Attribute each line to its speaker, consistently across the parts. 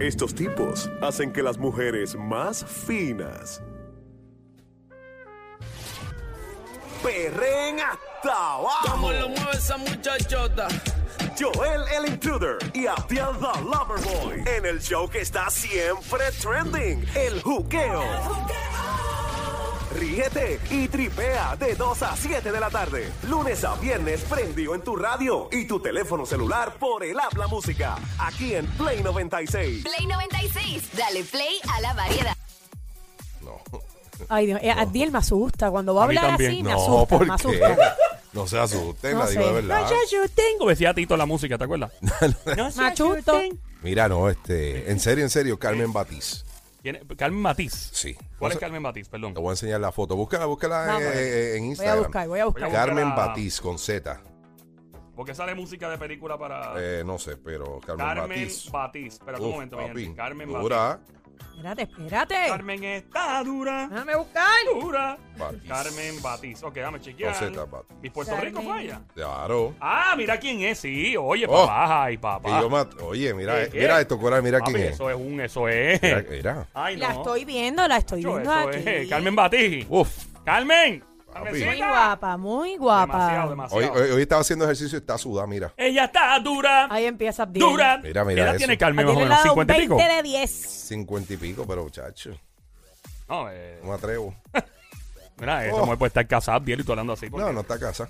Speaker 1: Estos tipos hacen que las mujeres más finas perren hasta abajo.
Speaker 2: ¿Cómo lo mueve esa muchachota?
Speaker 1: Joel el Intruder y Abdiel the Loverboy en el show que está siempre trending, el juqueo. Ríete y tripea de 2 a 7 de la tarde, lunes a viernes prendido en tu radio y tu teléfono celular por el habla música, aquí en Play 96.
Speaker 3: Play 96, dale play a la variedad.
Speaker 4: No.
Speaker 5: Ay, Dios, eh, a Diel me asusta. Cuando va a,
Speaker 4: mí
Speaker 5: hablar
Speaker 4: también.
Speaker 5: así, me
Speaker 4: no,
Speaker 5: asusta,
Speaker 4: ¿por
Speaker 5: me
Speaker 4: qué?
Speaker 5: asusta.
Speaker 4: No se asusten,
Speaker 5: No
Speaker 4: la digo
Speaker 5: sé.
Speaker 4: de verdad.
Speaker 5: yo tengo.
Speaker 6: Como decía Tito la música, ¿te acuerdas? no, sé,
Speaker 5: Machuto.
Speaker 6: yo tengo.
Speaker 4: Mira, no, este, en serio, en serio, Carmen Batiz.
Speaker 6: ¿Quién es? Carmen Matiz.
Speaker 4: Sí.
Speaker 6: ¿Cuál
Speaker 4: No
Speaker 6: es
Speaker 4: sé.
Speaker 6: Carmen Matiz? Perdón.
Speaker 4: Te voy a enseñar la foto. Búscala, búscala
Speaker 5: Vamos.
Speaker 4: en, eh, en- en
Speaker 5: Voy a
Speaker 4: Instagram.
Speaker 5: buscar, voy a buscar.
Speaker 6: Voy a
Speaker 4: Carmen
Speaker 6: buscar a-
Speaker 4: Batiz con Z.
Speaker 6: Porque sale música de película para
Speaker 4: Eh, no sé, pero Carmen,
Speaker 6: Carmen
Speaker 4: Batiz.
Speaker 6: Batiz. Espera un
Speaker 4: Uf,
Speaker 6: momento, mi
Speaker 4: papi,
Speaker 6: gente. Carmen Batiz.
Speaker 4: dura.
Speaker 5: Espérate, espérate.
Speaker 6: Carmen está dura.
Speaker 5: Déjame buscar.
Speaker 6: Dura.
Speaker 4: Batiz.
Speaker 6: Carmen Batiz. Ok, dame chequear.
Speaker 4: Con Z, Batiz.
Speaker 6: ¿Y Puerto
Speaker 5: Carmen.
Speaker 6: Rico falla?
Speaker 4: Claro.
Speaker 6: Ah, mira quién es. Sí, oye,
Speaker 4: Oh.
Speaker 6: papá. Ay, papá.
Speaker 4: Y yo mat- Oye, mira,
Speaker 6: ¿Qué,
Speaker 4: eh,
Speaker 6: qué?
Speaker 4: mira esto, Coral, mira
Speaker 6: Papi,
Speaker 4: quién es.
Speaker 6: Eso es un, eso es.
Speaker 4: Mira, mira.
Speaker 6: Ay, no.
Speaker 5: La estoy viendo, la estoy
Speaker 6: Yo,
Speaker 5: viendo
Speaker 6: eso
Speaker 5: aquí.
Speaker 6: es. eh, Carmen Batiz.
Speaker 4: Uf.
Speaker 6: Carmen.
Speaker 4: Uh. Papi.
Speaker 5: Muy
Speaker 6: Carmencita.
Speaker 5: guapa, muy guapa.
Speaker 6: Demasiado, demasiado.
Speaker 4: Hoy, hoy- hoy estaba haciendo ejercicio y está sudada, mira.
Speaker 6: Ella está dura.
Speaker 5: Ahí empieza Abdiel.
Speaker 6: Dura.
Speaker 4: Mira, mira
Speaker 6: ¿Qué edad
Speaker 4: eso.
Speaker 6: tiene Carmen? Más o
Speaker 5: Abdiel le
Speaker 6: menos
Speaker 5: da un
Speaker 6: 50 y
Speaker 5: 20
Speaker 6: pico.
Speaker 5: de 10.
Speaker 4: Cincuenta y pico, pero muchacho,
Speaker 6: No, eh,
Speaker 4: no me atrevo.
Speaker 6: mira, esa
Speaker 4: Oh.
Speaker 6: mujer puede estar casada bien y tú hablando así. porque-
Speaker 4: No, no está casa.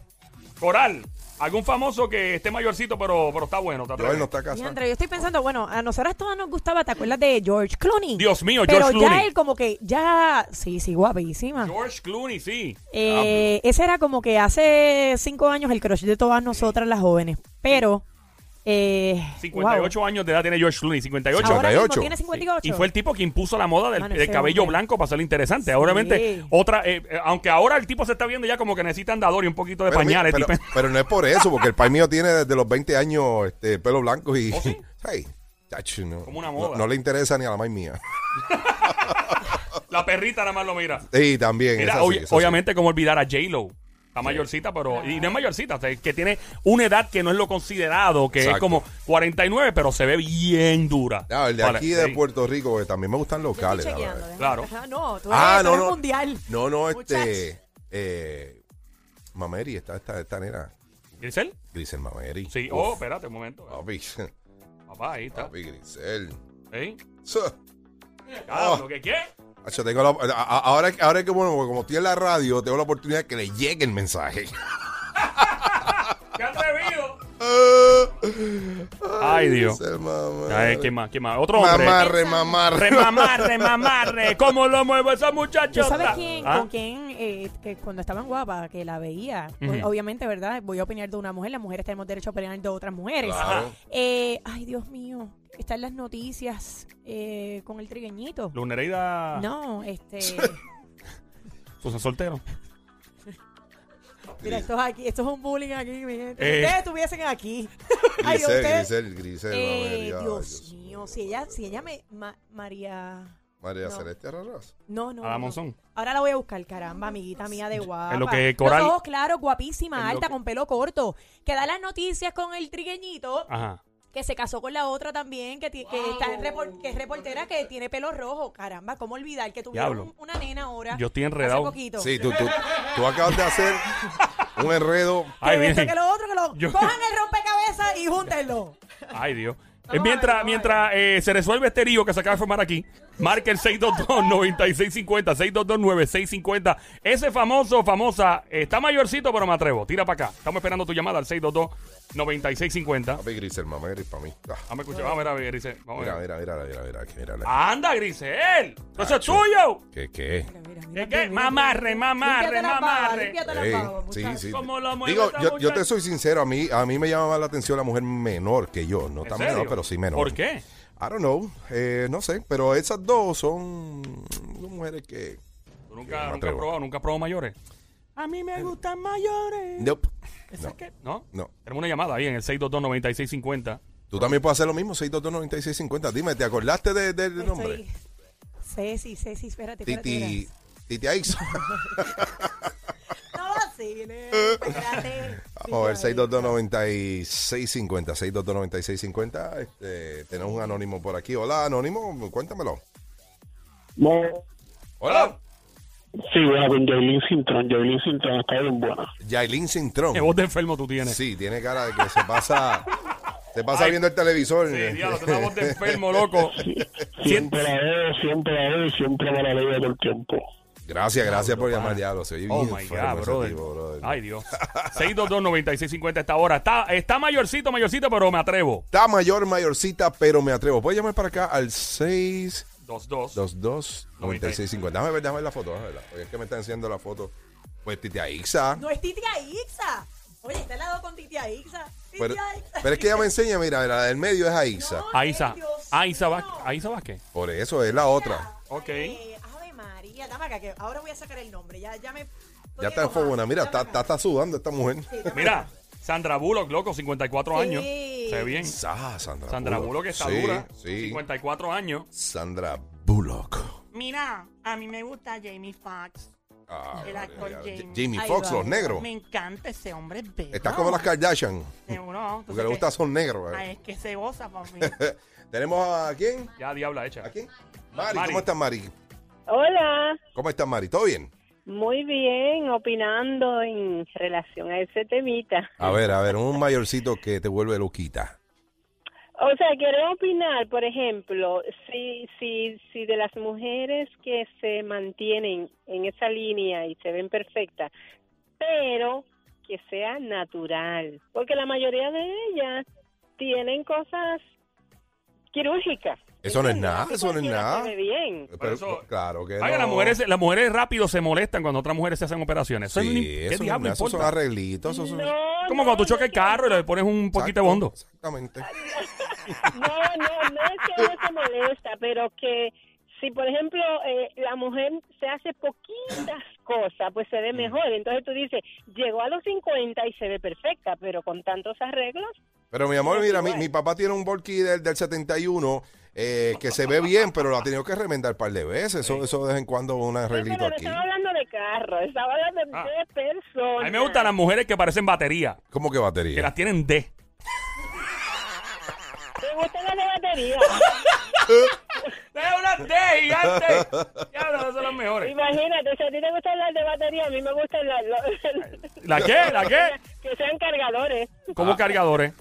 Speaker 6: Coral, algún famoso que esté mayorcito, pero, pero está bueno. ¿te
Speaker 4: Joel
Speaker 6: atreves?
Speaker 4: no está casa.
Speaker 5: Diandre, yo estoy pensando, bueno, a nosotras todas nos gustaba, ¿te acuerdas de George Clooney?
Speaker 6: Dios mío,
Speaker 5: Pero
Speaker 6: George
Speaker 5: ya
Speaker 6: Clooney.
Speaker 5: él como que, ya, sí, sí, guapísima.
Speaker 6: George Clooney, sí.
Speaker 5: Eh, ese era como que hace cinco años el crush de todas nosotras las jóvenes. Pero, eh,
Speaker 6: 58 años de edad tiene George Clooney, 58.
Speaker 5: wow. Ahora mismo
Speaker 4: 88.
Speaker 5: tiene 58.
Speaker 6: Y fue el tipo que impuso la moda del,
Speaker 5: Mano,
Speaker 6: del
Speaker 5: ese
Speaker 6: cabello
Speaker 5: hombre.
Speaker 6: blanco para ser interesante. Ahora,
Speaker 5: Sí.
Speaker 6: obviamente, otra, eh, eh, aunque ahora el tipo se está viendo ya como que necesita andador y un poquito de
Speaker 4: Pero, mi-
Speaker 6: pañales.
Speaker 4: pero,
Speaker 6: tipo.
Speaker 4: pero no es por eso, porque el país mío tiene desde los 20 años este, pelo blanco y.
Speaker 6: ¿Oh, sí?
Speaker 4: Ay, chacho, no,
Speaker 6: Como una
Speaker 4: no-
Speaker 6: moda.
Speaker 4: No, le interesa ni a la más mía.
Speaker 6: La perrita nada más lo mira.
Speaker 4: Y también.
Speaker 6: Mira,
Speaker 4: esa sí,
Speaker 6: obvi-
Speaker 4: esa sí.
Speaker 6: obviamente, como olvidar a J-Lo. La mayorcita, pero. Y no es mayorcita, o sea, que tiene una edad que no es lo considerado, que es
Speaker 4: Exacto.
Speaker 6: como 49, pero se ve bien dura.
Speaker 4: Ah, el de
Speaker 6: Vale,
Speaker 4: aquí de
Speaker 6: sí.
Speaker 4: Puerto Rico, porque también me gustan
Speaker 5: Yo estoy
Speaker 4: locales. la
Speaker 5: chequeando,
Speaker 4: verdad.
Speaker 5: déjame-
Speaker 6: Claro.
Speaker 5: Ah, no, tú eres,
Speaker 4: Ah, no,
Speaker 5: tú eres
Speaker 4: no.
Speaker 5: mundial.
Speaker 4: No, no,
Speaker 5: Muchacho.
Speaker 4: este. Eh, Mameri, esta, esta, esta nena.
Speaker 6: ¿Grisel?
Speaker 4: Grisel Mameri.
Speaker 6: Sí.
Speaker 4: Uf,
Speaker 6: Oh, espérate un momento.
Speaker 4: Papi,
Speaker 6: Papá, ahí está.
Speaker 4: papi, Grisel.
Speaker 6: ¿Eh?
Speaker 4: Su- Oh.
Speaker 6: Ah, ¿Lo que qué?
Speaker 4: Hacho, tengo la- a- a- ahora, ahora que, bueno, porque como estoy en la radio, tengo la oportunidad de que le llegue el mensaje.
Speaker 6: ¿Qué atrevido?
Speaker 4: Ay,
Speaker 6: Ay, Dios.
Speaker 4: Grisel Mameri.
Speaker 6: Ay, ¿qué más? ¿Qué más? Otro hombre.
Speaker 4: Mamarre, mamarre.
Speaker 6: Remamarre, mamarre. ¿Cómo lo muevo esa muchacha? ¿Ah?
Speaker 5: Yo sabes quién, con quién, eh, que cuando estaban guapa, que la veía. Pues,
Speaker 6: Ujú.
Speaker 5: Obviamente, ¿verdad? Voy a opinar de una mujer, las mujeres tenemos derecho a opinar de otras mujeres.
Speaker 4: Claro.
Speaker 5: Eh, ay, Dios mío, están las noticias eh, con el trigueñito.
Speaker 6: Lunereida.
Speaker 5: No, este.
Speaker 6: Susan Soltero.
Speaker 5: mira, esto es, aquí, esto es un bullying aquí, mi gente.
Speaker 6: Eh.
Speaker 5: Ustedes estuviesen aquí. Ay,
Speaker 4: Grisel,
Speaker 5: ustedes-
Speaker 4: Grisel, Grisel Mameri.
Speaker 5: Eh,
Speaker 4: Ay,
Speaker 5: Dios mío, si ella, si ella me. Ma- María.
Speaker 4: María
Speaker 5: No.
Speaker 4: Celeste Arras.
Speaker 5: No, no.
Speaker 6: A la
Speaker 5: no.
Speaker 6: Monzón.
Speaker 5: Ahora la voy a buscar, caramba, amiguita mía de guapa.
Speaker 6: lo que Coral-
Speaker 5: Los ojos claros, guapísima,
Speaker 6: En lo
Speaker 5: alta,
Speaker 6: que-
Speaker 5: con pelo corto. Que da las noticias con el trigueñito,
Speaker 6: Ajá.
Speaker 5: que se casó con la otra también, que, ti- que está en repor- que es reportera, que tiene pelo rojo. Caramba, cómo olvidar que tuvieron
Speaker 6: Diablo.
Speaker 5: un- una nena ahora.
Speaker 6: Yo estoy
Speaker 5: hace
Speaker 6: enredado.
Speaker 5: poquito.
Speaker 4: Sí, tú, tú, tú acabas de hacer un enredo.
Speaker 5: Que
Speaker 6: Ay,
Speaker 5: esto,
Speaker 6: bien.
Speaker 5: que lo otro, que lo-
Speaker 6: Yo-
Speaker 5: Cojan el rompecabezas y júntenlo.
Speaker 6: Ay, Dios.
Speaker 5: Vamos a ver,
Speaker 6: mientras
Speaker 5: vamos a
Speaker 6: mientras eh, se resuelve este lío que se acaba de formar aquí, marca el 622-9650, 622-9650. Ese famoso, famosa, eh, está mayorcito, pero me atrevo. Tira para acá. Estamos esperando tu llamada al 622-9650.
Speaker 4: Papi, Grisel Mameri, para mí. Ah,
Speaker 6: Vamos a escuchar, vamos a ver, Grisel. Vamos a
Speaker 4: Mira,
Speaker 6: ver.
Speaker 4: mira, mira, mira, mira, aquí, mira.
Speaker 6: ¡Anda, Grisel! ¡Eso es
Speaker 4: Cacho.
Speaker 6: tuyo!
Speaker 4: ¿Qué, qué?
Speaker 5: Mira, mira,
Speaker 6: ¿Qué,
Speaker 5: mira,
Speaker 6: qué?
Speaker 5: mira, mira.
Speaker 6: Eh, Mamarre, mamarre,
Speaker 5: Límpiate las babas,
Speaker 6: mamarre.
Speaker 5: límpiate las
Speaker 4: Ey,
Speaker 5: babas,
Speaker 4: sí,
Speaker 5: muchacho.
Speaker 4: sí.
Speaker 6: ¿Cómo lo mueve
Speaker 4: Digo,
Speaker 6: esa
Speaker 4: yo, yo
Speaker 6: muchacha?
Speaker 4: te soy sincero, a mí, a mí me llama más la atención la mujer menor que yo. No
Speaker 6: ¿En
Speaker 4: tan
Speaker 6: serio?
Speaker 4: menor, pero sí menor.
Speaker 6: ¿Por qué?
Speaker 4: I don't know. Eh, no sé, pero esas dos son dos mujeres que.
Speaker 6: Tú
Speaker 4: Yo
Speaker 6: nunca,
Speaker 4: me
Speaker 6: nunca has
Speaker 4: atrevo.
Speaker 6: probado, nunca has probado mayores. A mí me gustan mayores.
Speaker 4: Nope.
Speaker 6: ¿Esa
Speaker 4: No,
Speaker 6: que- ¿No?
Speaker 4: no.
Speaker 6: Tenemos una llamada ahí en el 622-9650.
Speaker 4: Tú también puedes hacer lo mismo, 6229650. Dime, ¿te acordaste de- de- del
Speaker 5: Ay,
Speaker 4: nombre?
Speaker 5: Soy... Ceci, Ceci, espérate, espérate.
Speaker 4: Titi.
Speaker 5: espérate.
Speaker 4: Titi Aixa.
Speaker 5: No lo vacile. Espérate.
Speaker 4: Vamos a ver, 6229650, 6229650. Este, tenemos un anónimo por aquí. Hola, anónimo, cuéntamelo.
Speaker 7: Bueno,
Speaker 4: Hola.
Speaker 7: sí, bueno, con Jailin Sintron. Jailin Sintron está bien buena.
Speaker 4: Yailin Cintrón.
Speaker 6: ¿Qué voz de enfermo tú tienes?
Speaker 4: Sí, tiene cara de que se pasa, se pasa viendo el televisor.
Speaker 6: Sí, diablo, tengo una voz de enfermo, loco.
Speaker 7: Siempre la veo, siempre la veo y siempre me la veo todo el tiempo.
Speaker 4: Gracias, gracias por llamar, diablo. Se oye
Speaker 6: Oh
Speaker 4: bien
Speaker 6: my
Speaker 4: enfermo
Speaker 6: God,
Speaker 4: ese
Speaker 6: brother.
Speaker 4: tipo, brother.
Speaker 6: Ay, Dios. 622-9650 esta hora. Está, está mayorcito, mayorcito, pero me atrevo.
Speaker 4: Está mayor, mayorcita, pero me atrevo. Puedes llamar para acá al 622
Speaker 6: Dos, dos.
Speaker 4: 9650. Déjame ver, déjame ver la foto, déjame verla. Porque es que me está enseñando la foto. Pues Titia Ixa.
Speaker 5: No es Titia Ixa. Oye, está al lado con Titia Ixa.
Speaker 4: Pero,
Speaker 5: Titia Ixa.
Speaker 4: pero es que ella me enseña, mira, la del medio es a Ixa.
Speaker 5: No.
Speaker 6: Aiza.
Speaker 5: Ay, Dios
Speaker 6: Aiza
Speaker 5: mío.
Speaker 6: Vázquez. Aiza Vázquez.
Speaker 4: Por eso es la otra.
Speaker 6: Ok.
Speaker 5: Eh, Ave María, dame acá, que ahora voy a sacar el nombre. Ya, ya me. estoy
Speaker 4: Ya está
Speaker 5: enojada.
Speaker 4: enfogona. Mira,
Speaker 5: Dame
Speaker 4: está,
Speaker 5: acá.
Speaker 4: está, está sudando esta mujer.
Speaker 5: Sí, dame
Speaker 6: Mira,
Speaker 5: acá.
Speaker 6: Sandra Bullock, loco, 54
Speaker 5: Sí.
Speaker 6: años. Se ve bien.
Speaker 4: Ah, Sandra,
Speaker 6: Sandra
Speaker 4: Bullock.
Speaker 6: Bullock está
Speaker 4: Sí,
Speaker 6: dura.
Speaker 4: Sí.
Speaker 6: 54 años.
Speaker 4: Sandra Bullock.
Speaker 8: Mira, a mí me gusta Jamie Foxx.
Speaker 4: Ah,
Speaker 8: El actor
Speaker 4: ya,
Speaker 8: Jamie.
Speaker 4: Jamie
Speaker 5: Ahí
Speaker 4: Fox,
Speaker 5: va.
Speaker 4: los negros.
Speaker 8: Me encanta ese hombre bello.
Speaker 4: Estás como las Kardashian.
Speaker 8: Seguro.
Speaker 4: Porque le gusta son negros. eh.
Speaker 8: Ay, es que se goza, papi.
Speaker 4: ¿Tenemos a quién?
Speaker 6: Ya, diabla hecha.
Speaker 4: ¿A quién? Mari,
Speaker 6: Mari.
Speaker 4: ¿cómo estás, Mari?
Speaker 9: Hola,
Speaker 4: ¿Cómo estás, Mari? ¿Todo bien?
Speaker 9: muy bien, opinando en relación a ese temita.
Speaker 4: A ver, a ver, un mayorcito que te vuelve loquita.
Speaker 9: O sea, quiero opinar, por ejemplo, si, si, si de las mujeres que se mantienen en esa línea y se ven perfectas, pero que sea natural, porque la mayoría de ellas tienen cosas quirúrgicas.
Speaker 4: Eso no es
Speaker 9: ¿entiendes?
Speaker 4: nada,
Speaker 9: Así
Speaker 4: eso no es
Speaker 9: cualquiera
Speaker 4: nada.
Speaker 9: se ve bien.
Speaker 4: Pero,
Speaker 6: Pero eso-
Speaker 4: claro que
Speaker 6: Ay,
Speaker 4: no.
Speaker 6: las mujeres, las mujeres rápido se molestan cuando otras mujeres se hacen operaciones. Eso
Speaker 4: Sí,
Speaker 6: es ni- ¿Qué
Speaker 4: eso, no es
Speaker 6: diablo
Speaker 4: nada, esos son
Speaker 6: importa?
Speaker 4: arreglitos. esos son-
Speaker 9: No,
Speaker 6: Como cuando tú
Speaker 9: no,
Speaker 6: chocas el
Speaker 9: no,
Speaker 6: carro y le pones un
Speaker 4: Exacto,
Speaker 6: poquito de bondo.
Speaker 4: Exactamente.
Speaker 9: No, no, no es que no se molesta, pero que si, por ejemplo, eh, la mujer se hace poquitas cosas, pues se ve
Speaker 4: Mm.
Speaker 9: mejor. Entonces tú dices, llegó a los 50 y se ve perfecta, pero con tantos arreglos.
Speaker 4: Pero mi amor, mira, mi, mi papá tiene un Volky del, del 71 eh, que se ve bien, pero lo ha tenido que remendar un par de veces. Eso, eso de vez en cuando un
Speaker 9: Sí, pero
Speaker 4: arreglito
Speaker 9: no
Speaker 4: aquí.
Speaker 9: estaba hablando de carro, estaba hablando de
Speaker 6: Ah.
Speaker 9: personas.
Speaker 6: A mí me gustan las mujeres que parecen batería,
Speaker 4: ¿Cómo que
Speaker 6: que
Speaker 4: batería?
Speaker 6: las tienen D.
Speaker 9: Me gustan las de batería.
Speaker 6: ¡Es una D gigante! Diablo, esas son las mejores.
Speaker 9: Imagínate, si a ti te gustan las de batería, a mí me gustan las... los-
Speaker 6: ¿La qué? ¿La qué?
Speaker 9: que sean cargadores.
Speaker 6: Como cargadores.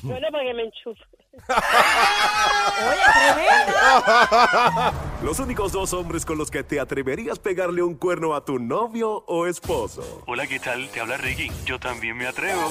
Speaker 9: Bueno, para que me enchufe.
Speaker 5: Oye, tremenda.
Speaker 1: Los únicos dos hombres con los que te atreverías pegarle un cuerno a tu novio o esposo.
Speaker 10: Hola, ¿qué tal? Te habla Ricky. Yo también me atrevo.